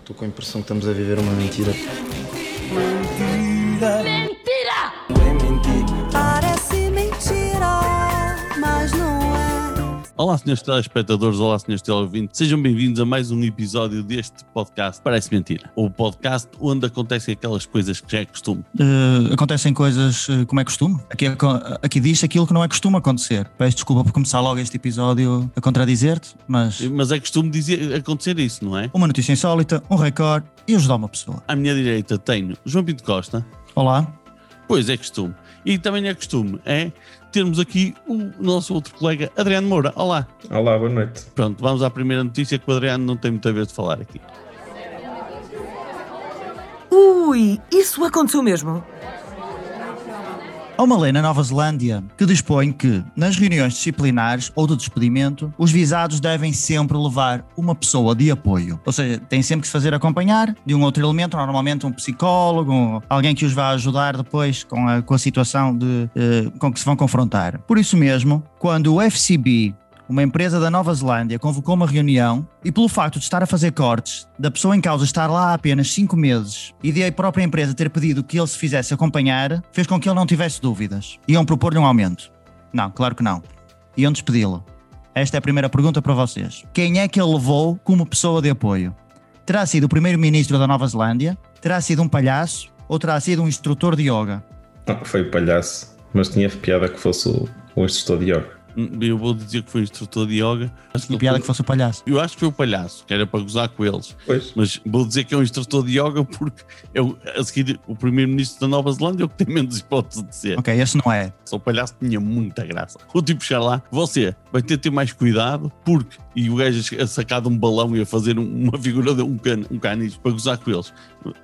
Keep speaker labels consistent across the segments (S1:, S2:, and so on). S1: Estou com a impressão que estamos a viver uma mentira.
S2: Mentira!
S3: Parece mentira, mas não é.
S4: Olá, senhores telespectadores, olá, senhores teleouvintes. Sejam bem-vindos a mais um episódio deste podcast Parece Mentira. O podcast onde acontecem aquelas coisas que já é costume.
S5: Eh, acontecem coisas eh, como é costume. Aqui, é co- aqui diz aquilo que não é costume acontecer. Peço desculpa por começar logo este episódio a contradizer-te, mas
S4: Mas é costume dizer, acontecer isso, não é?
S5: uma notícia insólita, um recorde e ajudar uma pessoa.
S4: À minha direita tenho João Pinto Costa.
S5: Olá,
S4: Pois é costume. E também é costume é termos aqui o nosso outro colega Adriano Moura. Olá.
S6: Olá, boa noite.
S4: Pronto, vamos à primeira notícia que o Adriano não tem muito a ver de falar aqui.
S7: Ui, isso aconteceu mesmo?
S5: há uma lei na Nova Zelândia que dispõe que, nas reuniões disciplinares ou de despedimento, os visados devem sempre levar uma pessoa de apoio. Ou seja, têm sempre que se fazer acompanhar de um outro elemento, normalmente um psicólogo, um- alguém que os vá ajudar depois com a, com a situação de, eh, com que se vão confrontar. Por isso mesmo, quando o FCB uma empresa da Nova Zelândia convocou uma reunião e, pelo facto de estar a fazer cortes, da pessoa em causa estar lá há apenas 5 meses e de a própria empresa ter pedido que ele se fizesse acompanhar, fez com que ele não tivesse dúvidas. Iam propor-lhe um aumento? Não, claro que não. Iam despedi-lo. Esta é a primeira pergunta para vocês. Quem é que ele levou como pessoa de apoio? Terá sido o primeiro-ministro da Nova Zelândia? Terá sido um palhaço? Ou terá sido um instrutor de yoga?
S6: Ah, foi o palhaço, mas tinha piada que fosse o, o instrutor de yoga.
S4: Hum, Eu vou dizer que foi instrutor de yoga. Acho
S5: E piada que fosse o palhaço.
S4: Eu acho que foi o palhaço, que era para gozar com eles.
S6: Pois.
S4: Mas vou dizer que é um instrutor de yoga porque é o- a seguir o primeiro-ministro da Nova Zelândia é o que tem menos hipótese de ser.
S5: Ok, esse não é.
S4: Só o palhaço tinha muita graça. O tipo chega lá, você vai ter de ter mais cuidado porque. E o gajo a sacar de um balão e a fazer um- uma figura de um cano, um canijo para gozar com eles.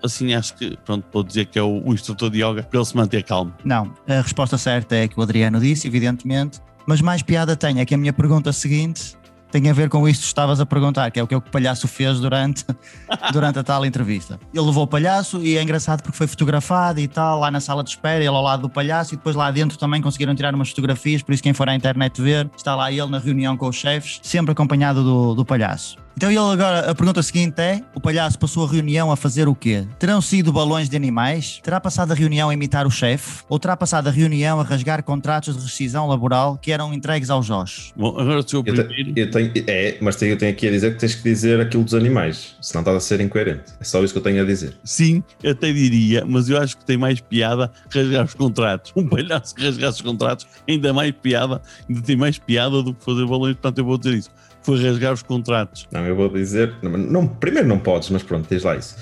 S4: Assim acho que, pronto, vou dizer que é o, o instrutor de yoga para ele se manter calmo.
S5: Não, a resposta certa é a que o Adriano disse, evidentemente, mas mais piada tem é que a minha pergunta seguinte tem a ver com isto que estavas a perguntar, que é o que o palhaço fez durante, durante a tal entrevista. Ele levou o palhaço e é engraçado porque foi fotografado e tal, lá na sala de espera, ele ao lado do palhaço e depois lá dentro também conseguiram tirar umas fotografias, por isso quem for à internet ver, está lá ele na reunião com os chefes, sempre acompanhado do, do palhaço. Então ele agora, a pergunta seguinte é, o palhaço passou a reunião a fazer o quê? Terão sido balões de animais? Terá passado a reunião a imitar o chefe? Ou terá passado a reunião a rasgar contratos de rescisão laboral que eram entregues ao Jorge?
S4: Bom, agora sou o
S6: Eu,
S4: primeiro.
S6: te- eu tenho, é, mas tenho- eu tenho aqui a dizer que tens que dizer aquilo dos animais, senão estás a ser incoerente. É só isso que eu tenho a dizer.
S4: Sim, até diria, mas eu acho que tem mais piada rasgar os contratos. Um palhaço que rasgasse os contratos, ainda mais piada, ainda tem mais piada do que fazer balões, portanto eu vou dizer isso. Foi rasgar os contratos.
S6: Não, eu vou dizer. Não, não, primeiro não podes, mas pronto, diz lá isso.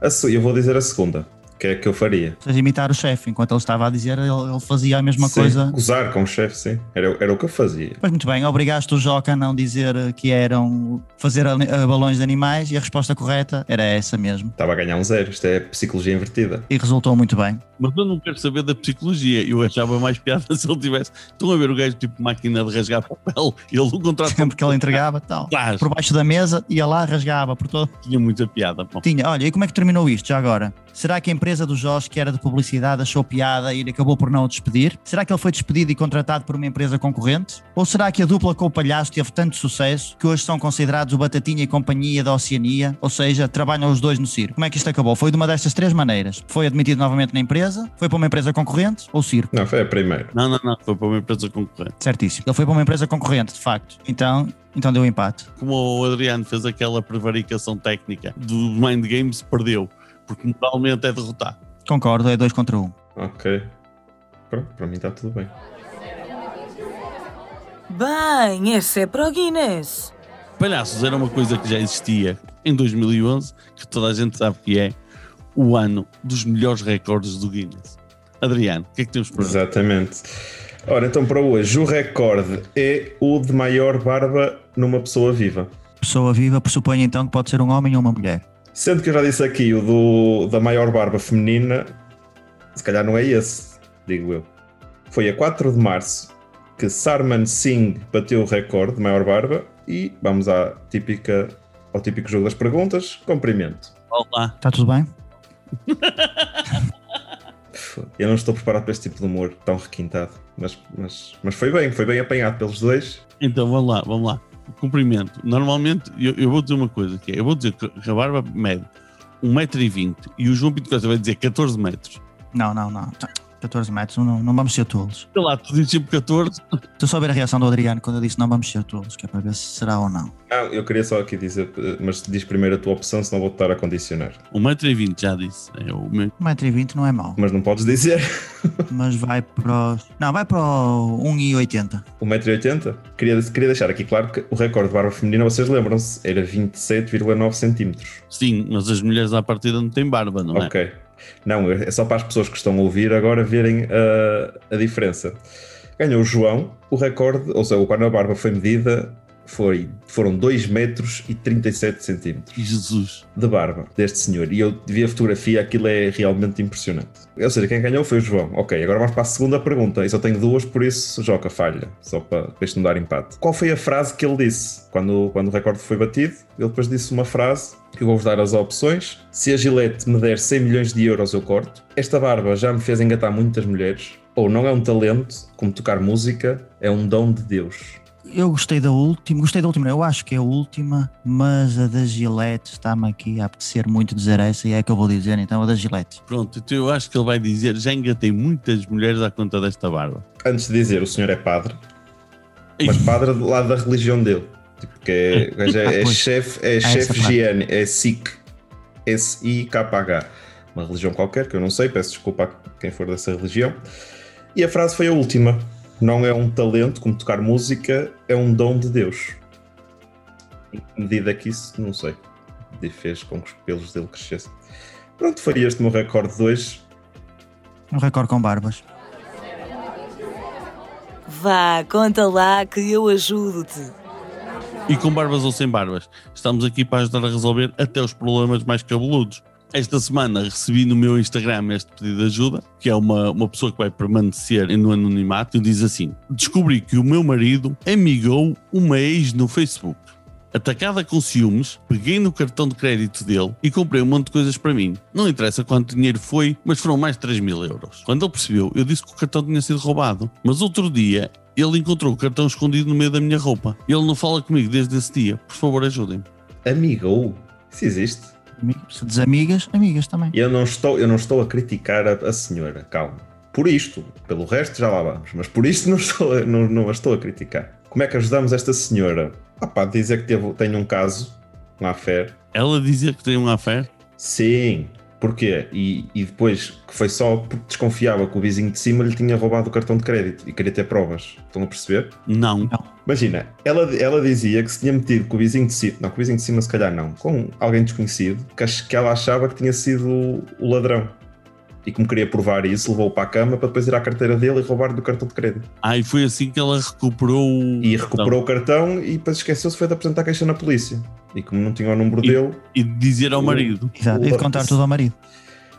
S6: A se- eu vou dizer a segunda, que é a que eu faria.
S5: Ou seja, imitar o chefe, enquanto ele estava a dizer, ele, ele fazia a mesma
S6: Sim,
S5: coisa.
S6: Gozar com o chefe, sim. Era, era o que eu fazia.
S5: Pois muito bem, obrigaste o Joca a não dizer eh, que eram fazer ali- eh, balões de animais e a resposta correta era essa mesmo.
S6: Estava a ganhar um zero. Isto é psicologia invertida.
S5: E resultou muito bem.
S4: Mas eu não quero saber da psicologia. Eu achava mais piada se ele tivesse. Estão a ver o gajo tipo máquina de rasgar papel? Ele o contrato
S5: Sempre que ele entregava, tal.
S4: Claro.
S5: Por baixo da mesa, ia lá, rasgava por todo.
S4: tinha muita piada. Bom,
S5: Tinha, olha, e como é que terminou isto já agora? Será que a empresa do Jorge, que era de publicidade, achou piada e ele acabou por não o despedir? Será que ele foi despedido e contratado por uma empresa concorrente? Ou será que a dupla com o palhaço teve tanto sucesso que hoje são considerados o Batatinha e Companhia da Oceania? Ou seja, trabalham os dois no circo. Como é que isto acabou? Foi de uma destas três maneiras. Foi admitido novamente na empresa, foi para uma empresa concorrente ou circo?
S6: Não, foi a primeira.
S4: Não, não, não. Foi para uma empresa concorrente.
S5: Certíssimo. Ele foi para uma empresa concorrente, de facto. Então, então deu empate.
S4: Como o Adriano fez aquela prevaricação técnica do Mind Games, perdeu. Porque moralmente é derrotar.
S5: Concordo, é dois contra um.
S6: Ok. Pronto, para mim está tudo bem.
S7: Bem, esse é para o Guinness.
S4: Palhaços era uma coisa que já existia em 2011, que toda a gente sabe que é o ano dos melhores recordes do Guinness. Adriano, o que é que temos para dizer?
S6: Exatamente. Ora, então para hoje, o recorde é o de maior barba numa pessoa viva.
S5: Pessoa viva pressupõe então que pode ser um homem ou uma mulher.
S6: Sendo que eu já disse aqui, o do, da maior barba feminina, se calhar não é esse, digo eu. Foi a 4 de março que Sarman Singh bateu o recorde de maior barba e vamos à típica, ao típico jogo das perguntas, cumprimento.
S4: Olá.
S5: Está tudo bem?
S6: Eu não estou preparado para este tipo de humor tão requintado, mas, mas, mas foi bem, foi bem apanhado pelos dois.
S4: Então vamos lá, vamos lá. Cumprimento. Normalmente, eu, eu vou dizer uma coisa que é, eu vou dizer que a barba mede 1,20m e o João Pinto Costa vai dizer 14 metros,
S5: Não, não, não. 14 metros, não, não vamos ser tolos.
S4: sei lá, tu dizes sempre 14,
S5: Estou só a ver a reação do Adriano quando eu disse não vamos ser tolos, que é para ver se será ou não.
S6: Não, Ah, eu queria só aqui dizer, eh, mas diz primeiro a tua opção, senão vou-te estar a condicionar.
S4: 1,20m já disse. É o meu.
S5: 1,20m não é mau,
S6: Mas não podes dizer
S5: mas vai para os... Não, vai para o 1,80m.
S6: 1,80m. Queria, queria deixar aqui claro que o recorde de barba feminina, vocês lembram-se, era 27,9 centímetros.
S4: Sim, mas as mulheres à partida não têm barba, não é?
S6: Ok. Não, é só para as pessoas que estão a ouvir agora verem ah, a diferença. Ganhou o João, o recorde, ou seja, quando a barba foi medida, foi, foram 2 metros e 37 centímetros.
S4: Jesus.
S6: de barba deste senhor e eu vi a fotografia, aquilo é realmente impressionante. Ou seja, quem ganhou foi o João. Ok, agora vamos para a segunda pergunta. E só tenho duas, por isso Joca falha, só para para isto não dar empate. Qual foi a frase que ele disse quando, quando o recorde foi batido? Ele depois disse uma frase que eu vou-vos dar as opções. Se a Gillette me der 100 milhões de euros, eu corto. Esta barba já me fez engatar muitas mulheres. Ou não é um talento, como tocar música, é um dom de Deus.
S5: Eu gostei da última, gostei da última, não, eu acho que é a última, mas a da Gillette está-me aqui a apetecer muito dizer essa e é a que eu vou dizer então, a da Gillette.
S4: Pronto, então eu acho que ele vai dizer: já engatei muitas mulheres à conta desta barba.
S6: Antes de dizer, o senhor é padre.
S4: Ei,
S6: mas padre do lado da religião dele. Tipo, que é, o gajo
S5: Ah,
S6: é, é
S5: pois.
S6: chefe, é
S5: essa
S6: chefe
S5: parte.
S6: GN, é SIC, S-I-K-H. Uma religião qualquer, que eu não sei, peço desculpa a quem for dessa religião. E a frase foi a última. Não é um talento como tocar música, é um dom de Deus. Em que medida que isso, não sei. E fez com que os pelos dele crescessem. Pronto, foi este o meu recorde de hoje.
S5: Um recorde com barbas.
S7: Vá, conta lá que eu ajudo-te.
S4: E com barbas ou sem barbas, estamos aqui para ajudar a resolver até os problemas mais cabeludos. Esta semana recebi no meu Instagram este pedido de ajuda, que é uma, uma pessoa que vai permanecer no anonimato, e diz assim: Descobri que o meu marido amigou uma ex no Facebook. Atacada com ciúmes, peguei no cartão de crédito dele e comprei um monte de coisas para mim. Não interessa quanto dinheiro foi, mas foram mais de 3 mil euros. Quando ele percebeu, eu disse que o cartão tinha sido roubado. Mas outro dia, ele encontrou o cartão escondido no meio da minha roupa. Ele não fala comigo desde esse dia. Por favor, ajudem-me.
S6: Amigou. Isso existe.
S5: Se desamigas, amigas também.
S6: Eu não estou, eu não estou a criticar a, a senhora, calma. Por isto, pelo resto já lá vamos, mas por isto não, estou a- não, não a estou a criticar. Como é que ajudamos esta senhora? Ah pá, dizer que teve, tem um caso, um affair.
S4: Ela dizia que tem um uma fé.
S6: Sim, porquê? E, e depois que foi só porque desconfiava que o vizinho de cima lhe tinha roubado o cartão de crédito e queria ter provas. Estão a perceber?
S4: Não.
S6: Imagina, ela, ela dizia que se tinha metido com o vizinho de cima, não, com o vizinho de cima se calhar não, com alguém desconhecido, que, ach- que ela achava que tinha sido o ladrão. E como queria provar isso, levou-o para a cama para depois ir à carteira dele e roubar-lhe do cartão de crédito.
S4: Ah, e foi assim que ela recuperou. o
S6: E
S4: cartão.
S6: recuperou o cartão e depois esqueceu-se foi de apresentar queixa na polícia. E como não tinha o número
S4: E-
S6: dele,
S4: E de dizer ao marido.
S5: Exato, e de contar tudo ao marido.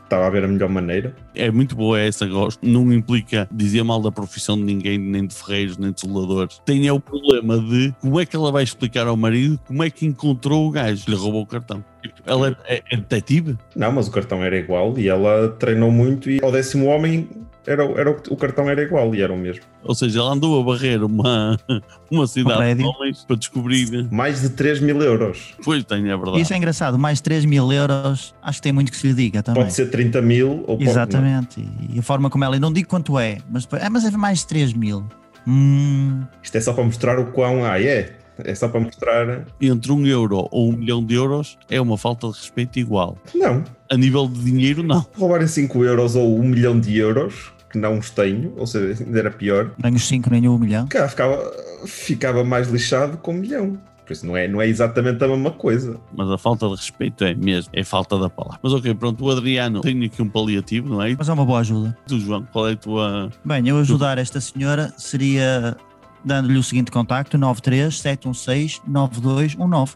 S6: estava a ver a melhor maneira.
S4: É muito boa essa, gosto. Não implica dizer mal da profissão de ninguém, nem de ferreiros, nem de soldadores. Tem é o problema de como é que ela vai explicar ao marido como é que encontrou o gajo que lhe roubou o cartão. Ela é, é- é detetive?
S6: Não, mas o cartão era igual e ela treinou muito e ao décimo homem era, o- era o, o cartão era igual e era o mesmo.
S4: Ou seja, ela andou a barrer uma, uma cidade de
S5: prédio.
S4: homens para descobrir.
S6: Mais de 3 mil euros.
S4: Pois tem, é verdade.
S5: E isso é engraçado, mais 3 mil euros, acho que tem muito que se lhe diga também.
S6: Pode ser 30 mil ou pode não.
S5: Exatamente, e a forma como ela, e não digo quanto é, mas depois, é, mas é mais de 3 mil. Hum,
S6: Isto é só para mostrar o quão. Ah, é. É só para mostrar.
S4: Entre um euro ou um milhão de euros é uma falta de respeito igual.
S6: Não.
S4: A nível de dinheiro, não.
S6: Roubarem 5 euros ou 1 milhão de euros, que não os tenho, ou seja, ainda era pior.
S5: nem os 5, nem o milhão.
S6: Cá ficava, ficava mais lixado com um milhão. Por isso não é, não é exatamente a mesma coisa.
S4: Mas a falta de respeito é mesmo, é falta da palavra. Mas ok, pronto, o Adriano tem aqui um paliativo, não é? E
S5: Mas é uma boa ajuda.
S4: tu, João, qual é a tua
S5: Bem, eu ajudar esta senhora seria dando-lhe o seguinte contacto: 93 716 9219,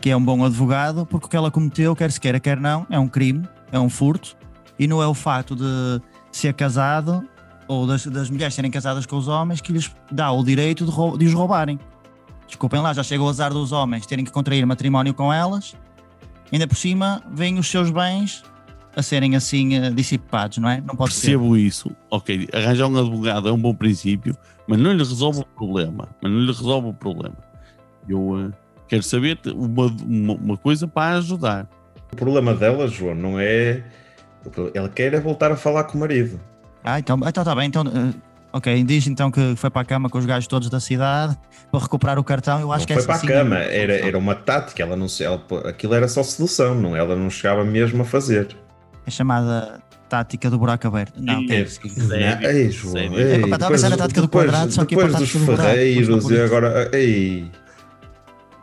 S5: que é um bom advogado, porque o que ela cometeu, quer se queira, quer não, é um crime, é um furto, e não é o facto de ser casado ou das, das mulheres serem casadas com os homens que lhes dá o direito de, rou- de os roubarem. Desculpem lá, já chega o azar dos homens terem que contrair matrimónio com elas, ainda por cima vêm os seus bens a serem assim eh, dissipados, não é? Não pode ser.
S4: Percebo isso. Ok, arranjar um advogado é um bom princípio, mas não lhe resolve o problema. Mas não lhe resolve o problema. Eu eh, quero saber uma, uma, uma coisa para ajudar.
S6: O problema dela, João, não é. Ela quer é voltar a falar com o marido.
S5: Ah, então está bem. Então, eh, ok, diz então que foi para a cama com os gajos todos da cidade para recuperar o cartão. Eu acho
S6: não
S5: que
S6: foi
S5: essa
S6: para a
S5: sim é
S6: cama,
S5: uma
S6: era,
S5: solução.
S6: era uma tática, ela não, se- ela, aquilo era só sedução, não, ela não chegava mesmo a fazer.
S5: É chamada tática do buraco aberto. Não,
S4: Sim,
S5: tem-
S4: é.
S5: sim.
S6: Não, ei, João,
S4: sério.
S6: ei,
S5: É, pá, estava a
S6: depois-
S5: pensar na tática do
S6: depois-
S5: quadrado, só que é
S6: depois
S5: para a
S6: dos
S5: tática do buraco, depois
S6: ferreiros
S5: não
S6: e agora. Ei,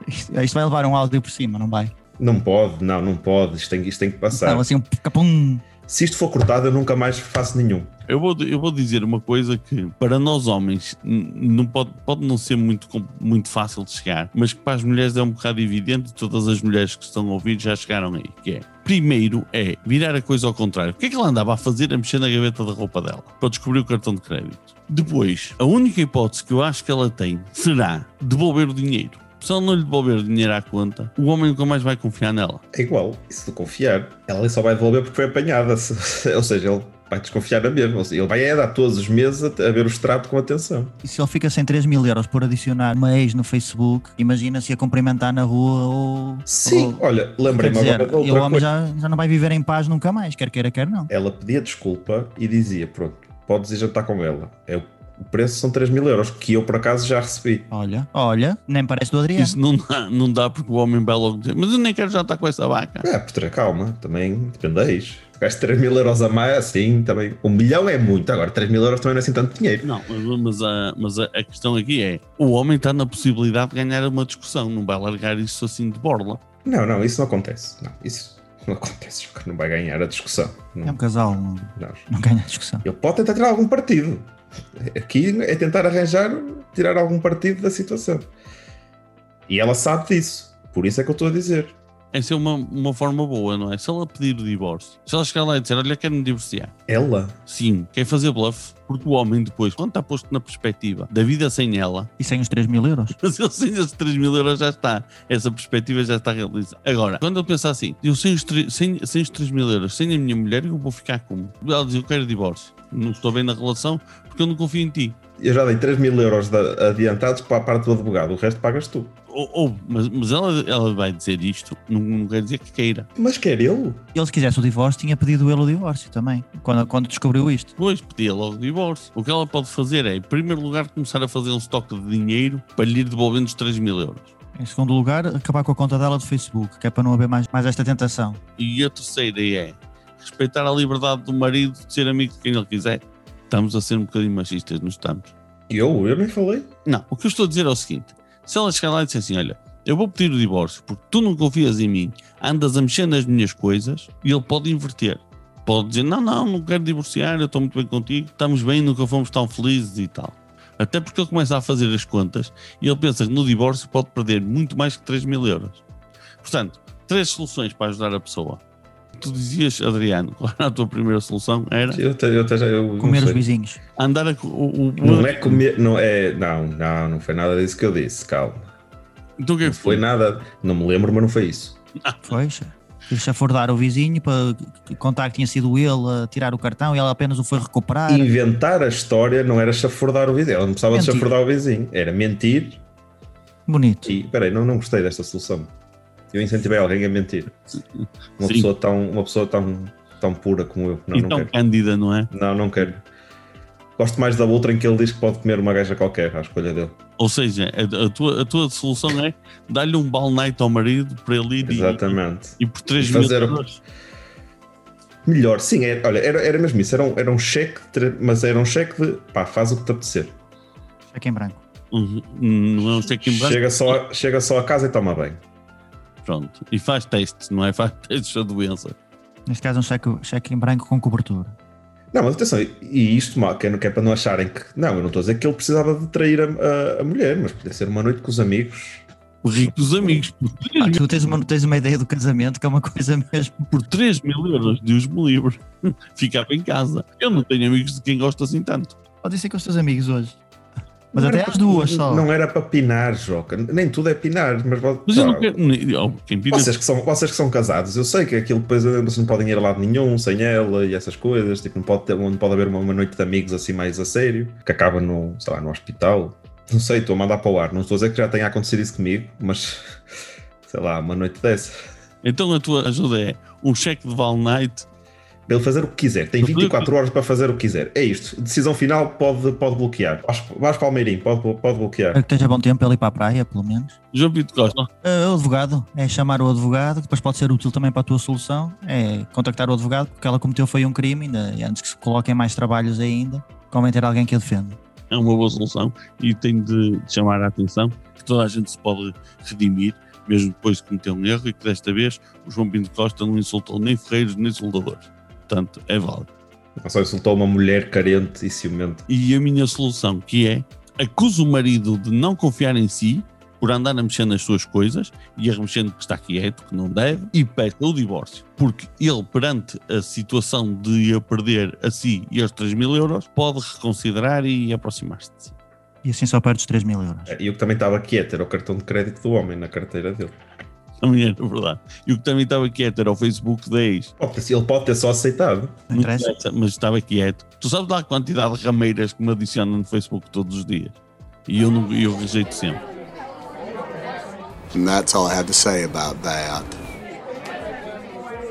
S5: Isto, isto vai levar um áudio por cima, não vai?
S6: não pode, não, não pode, isto tem, isto tem que passar.
S5: Não, assim um capum.
S6: Se isto for cortado, eu nunca mais faço nenhum.
S4: Eu vou, eu vou dizer uma coisa que para nós homens n- não pode, pode não ser muito, com- muito fácil de chegar, mas que para as mulheres é um bocado evidente e todas as mulheres que estão a ouvir já chegaram aí, que é primeiro é virar a coisa ao contrário. O que é que ela andava a fazer a mexer na gaveta da roupa dela para descobrir o cartão de crédito? Depois, a única hipótese que eu acho que ela tem será devolver o dinheiro. Se ela não lhe devolver o dinheiro à conta, o homem nunca mais vai confiar nela.
S6: É igual, e se confiar, ela só vai devolver porque foi apanhada. se- ou seja, ele vai desconfiar na mesma. Ou seja, ele vai é dar todos os meses a, a ver o extrato com atenção.
S5: E se ele fica sem 3 mil euros por adicionar uma ex no Facebook, imagina-se a cumprimentar na rua ou.
S6: Sim,
S5: ou-
S6: olha,
S5: Quer
S6: lembrei-me
S5: dizer,
S6: agora de
S5: e o
S6: outra
S5: homem
S6: coisa.
S5: já, já não vai viver em paz nunca mais, quer queira, quer não.
S6: Ela pedia desculpa e dizia: Pronto, podes ir jantar com ela. É, o o preço são 3 mil euros, que eu por acaso já recebi.
S5: Olha, olha, nem parece do Adriano.
S4: Isso não dá, não dá porque o homem vai logo dizer, mas eu nem quero já estar com essa vaca.
S6: Ah, Petra, calma, também dependeis. Gaste 3 mil euros a mais, assim, também. Um milhão é muito, agora 3 mil euros também não é assim tanto dinheiro.
S4: Não, mas- mas, a, mas a, a questão aqui é: o homem está na possibilidade de ganhar uma discussão, não vai largar isso assim de borla.
S6: Não, não, isso não acontece. Não, isso não acontece, porque não vai ganhar a discussão.
S5: É um
S6: Não,
S5: casal, não,
S6: não.
S5: não ganha discussão.
S6: Ele pode tentar tirar algum partido. Aqui é tentar arranjar, tirar algum partido da situação. E ela sabe disso. Por isso é que eu estou a dizer.
S4: Essa é uma, uma forma boa, não é? Se ela pedir o divórcio, se ela chegar lá e dizer, olha, quero me divorciar.
S6: Ela.
S4: Sim, quer fazer bluff, porque o homem depois, quando está posto na perspectiva da vida sem ela,
S5: E sem os 3 mil euros?
S4: mas ele sem esses 3 mil euros já está, essa perspectiva já está realizada. Agora, quando ele pensa assim, eu sem os, tre- sem, sem os 3 mil euros, sem a minha mulher, eu vou ficar como? Ela diz, eu quero divórcio, não estou bem na relação porque eu não confio em ti.
S6: Eu já dei 3 mil euros da- adiantados para a parte do advogado. O resto pagas tu.
S4: Ou, ou- mas mas ela, ela vai dizer isto, não, não quer dizer que queira.
S6: Mas quer ele?
S5: Ele, se quisesse o divórcio, tinha pedido ele o divórcio também, quando, quando descobriu isto.
S4: Depois pedia logo o divórcio. O que ela pode fazer é, em primeiro lugar, começar a fazer um estoque de dinheiro para lhe ir devolvendo os 3 mil euros.
S5: Em segundo lugar, acabar com a conta dela do Facebook, que é para não haver mais, mais esta tentação.
S4: E a terceira é respeitar a liberdade do marido de ser amigo de quem ele quiser. Estamos a ser um bocadinho machistas, não estamos?
S6: Eu? Eu nem falei.
S4: Não, o que eu estou a dizer é o seguinte: se ela chegar lá e disser assim, olha, eu vou pedir o divórcio porque tu não confias em mim, andas a mexer nas minhas coisas, e ele pode inverter. Pode dizer, não, não, não quero divorciar, eu estou muito bem contigo, estamos bem, nunca fomos tão felizes e tal. Até porque ele começa a fazer as contas e ele pensa que no divórcio pode perder muito mais que 3 mil euros. Portanto, três soluções para ajudar a pessoa. Tu dizias, Adriano, qual era a tua primeira solução? Era
S6: Eu, te- eu, te- eu não
S5: Comer os
S6: sei.
S5: vizinhos.
S4: andar a. co- O, o,
S6: Não é comer. Não, é, não, não, não foi nada disso que eu disse. Calma.
S4: Então o que é que
S6: Foi
S4: foi?
S6: nada. Não me lembro, mas não foi isso.
S5: Pois. E chafurdar o vizinho para que- contar que tinha sido ele a tirar o cartão e ela apenas o foi recuperar.
S6: Inventar a história não era chafurdar o vizinho. Ela não precisava de
S5: Mentir.
S6: chafurdar o vizinho. Era mentir
S5: Bonito.
S6: E peraí, não, não gostei desta solução. Eu incentivei alguém a mentir. Uma
S4: Sim.
S6: pessoa tão, uma pessoa tão, tão pura como eu. Não,
S4: e
S6: não
S4: tão
S6: quero.
S4: cândida, não é?
S6: Não, não quero. Gosto mais da outra em que ele diz que pode comer uma gaja qualquer, à escolha dele.
S4: Ou seja, a, a tua, a tua solução é dar-lhe um ball night ao marido para ele ir e-
S6: Exatamente.
S4: e, por 3
S6: E
S4: mil
S6: fazer um- o-
S4: euros.
S6: Melhor, sim, é, olha, era, era mesmo isso. Era um, era um cheque, de tre- mas era um cheque de pá, faz o que te apetecer.
S5: Cheque em branco.
S4: Uhum, Não é um cheque em branco,
S6: Chega só, a- chega só a casa e toma bem.
S4: pronto. E faz testes, não é? Faz testes da doença.
S5: Neste caso, um cheque, cheque em branco com cobertura.
S6: Não, mas atenção, e- e isto mal, que é, que é para não acharem que. Não, eu não estou a dizer que ele precisava de trair a, a- a mulher, mas podia ser uma noite com os amigos.
S4: O rico dos amigos.
S5: Ah, tu tens uma, tens uma ideia do casamento que é uma coisa mesmo.
S4: Por 3 mil euros, Deus me livre. Ficava em casa. Eu não tenho amigos de quem gosta assim tanto.
S5: Pode ser com os teus amigos hoje. Mas
S6: Não
S5: até
S6: era
S5: às
S6: pa-
S5: duas só.
S6: Não era para pinar, Joca. Nem tudo é pinar, mas, vo-
S4: Mas eu
S6: pá,
S4: não quero. nem- oh, quem pina-
S6: vocês, que são, vocês que são casados, eu sei que aquilo depois eh, vocês não podem ir a lado nenhum sem ela e essas coisas. Tipo, não pode, ter, não pode haver uma, uma noite de amigos assim mais a sério, que acaba no, sei lá, no hospital. Não sei, estou a mandar para o ar. Não estou a dizer que já tenha acontecido isso comigo, mas sei lá, uma noite dessa.
S4: Então a tua ajuda é um cheque de Val Knight.
S6: Para ele fazer o que quiser. Tem 24 horas para fazer o que quiser. É isto. Decisão final pode, pode bloquear. Vasco Vasco Palmeirim, pode, pode bloquear.
S5: Espero que esteja bom tempo para ele ir para a praia, pelo menos.
S4: João Pinto Costa,
S5: Ah, o advogado, é chamar o advogado, que depois pode ser útil também para a tua solução, é contactar o advogado, porque ela cometeu foi um crime, ainda, e antes que se coloquem mais trabalhos ainda, convém ter alguém que a defenda.
S4: é uma boa solução e tem de chamar a atenção que toda a gente se pode redimir, mesmo depois de cometer um erro, e que desta vez o João Pinto Costa não insultou nem ferreiros nem soldadores. Portanto, é válido.
S6: Só insultou uma mulher carente e ciumenta.
S4: E a minha solução, que é acuso o marido de não confiar em si por andar a mexer nas suas coisas e a remexendo que está quieto, que não deve, e peça o divórcio. Porque ele, perante a situação de a perder a si e aos 3 mil euros, pode reconsiderar e aproximar-se de si.
S5: E assim só perdes os 3 mil euros.
S6: E o que também estava quieto era o cartão de crédito do homem na carteira dele.
S4: Também era verdade. E o que também estava quieto era o Facebook 10,
S6: Pode ter- ele pode ter só aceitado.
S5: Não interessa?
S4: mas estava quieto. Tu sabes lá a quantidade de rameiras que me adicionam no Facebook todos os dias? E eu, não, eu rejeito sempre.
S2: And that's all I have to say about that.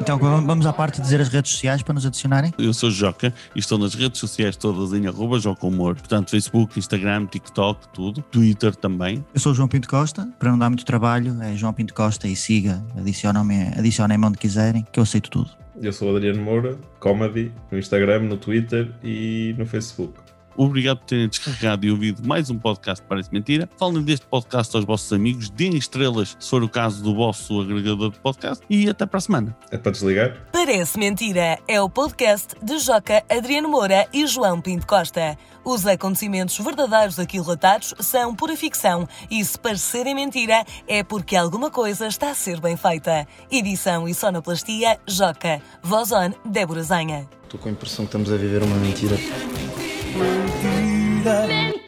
S5: Então vamos vamos à parte de dizer as redes sociais para nos adicionarem.
S4: Eu sou Joca e estou nas redes sociais todas em arroba Jocomor. Portanto, Facebook, Instagram, TikTok, tudo. Twitter também.
S5: Eu sou o João Pinto Costa, para não dar muito trabalho, é João Pinto Costa e siga, adicionem-me adicionem onde quiserem, que eu aceito tudo.
S6: Eu sou o Adriano Moura, comedy, no Instagram, no Twitter e no Facebook.
S4: Obrigado por terem descarregado e ouvido mais um podcast Parece Mentira. Falem deste podcast aos vossos amigos, deem estrelas se for o caso do vosso agregador de podcast e até para a semana.
S6: É para desligar?
S7: Parece Mentira é o podcast de Joca Adriano Moura e João Pinto Costa. Os acontecimentos verdadeiros aqui relatados são pura ficção e se parecerem mentira é porque alguma coisa está a ser bem feita. Edição e sonoplastia Joca. Voz on Débora Zanha.
S1: Estou com a impressão que estamos a viver uma mentira.
S3: Mentira.
S8: Mentira.
S7: é.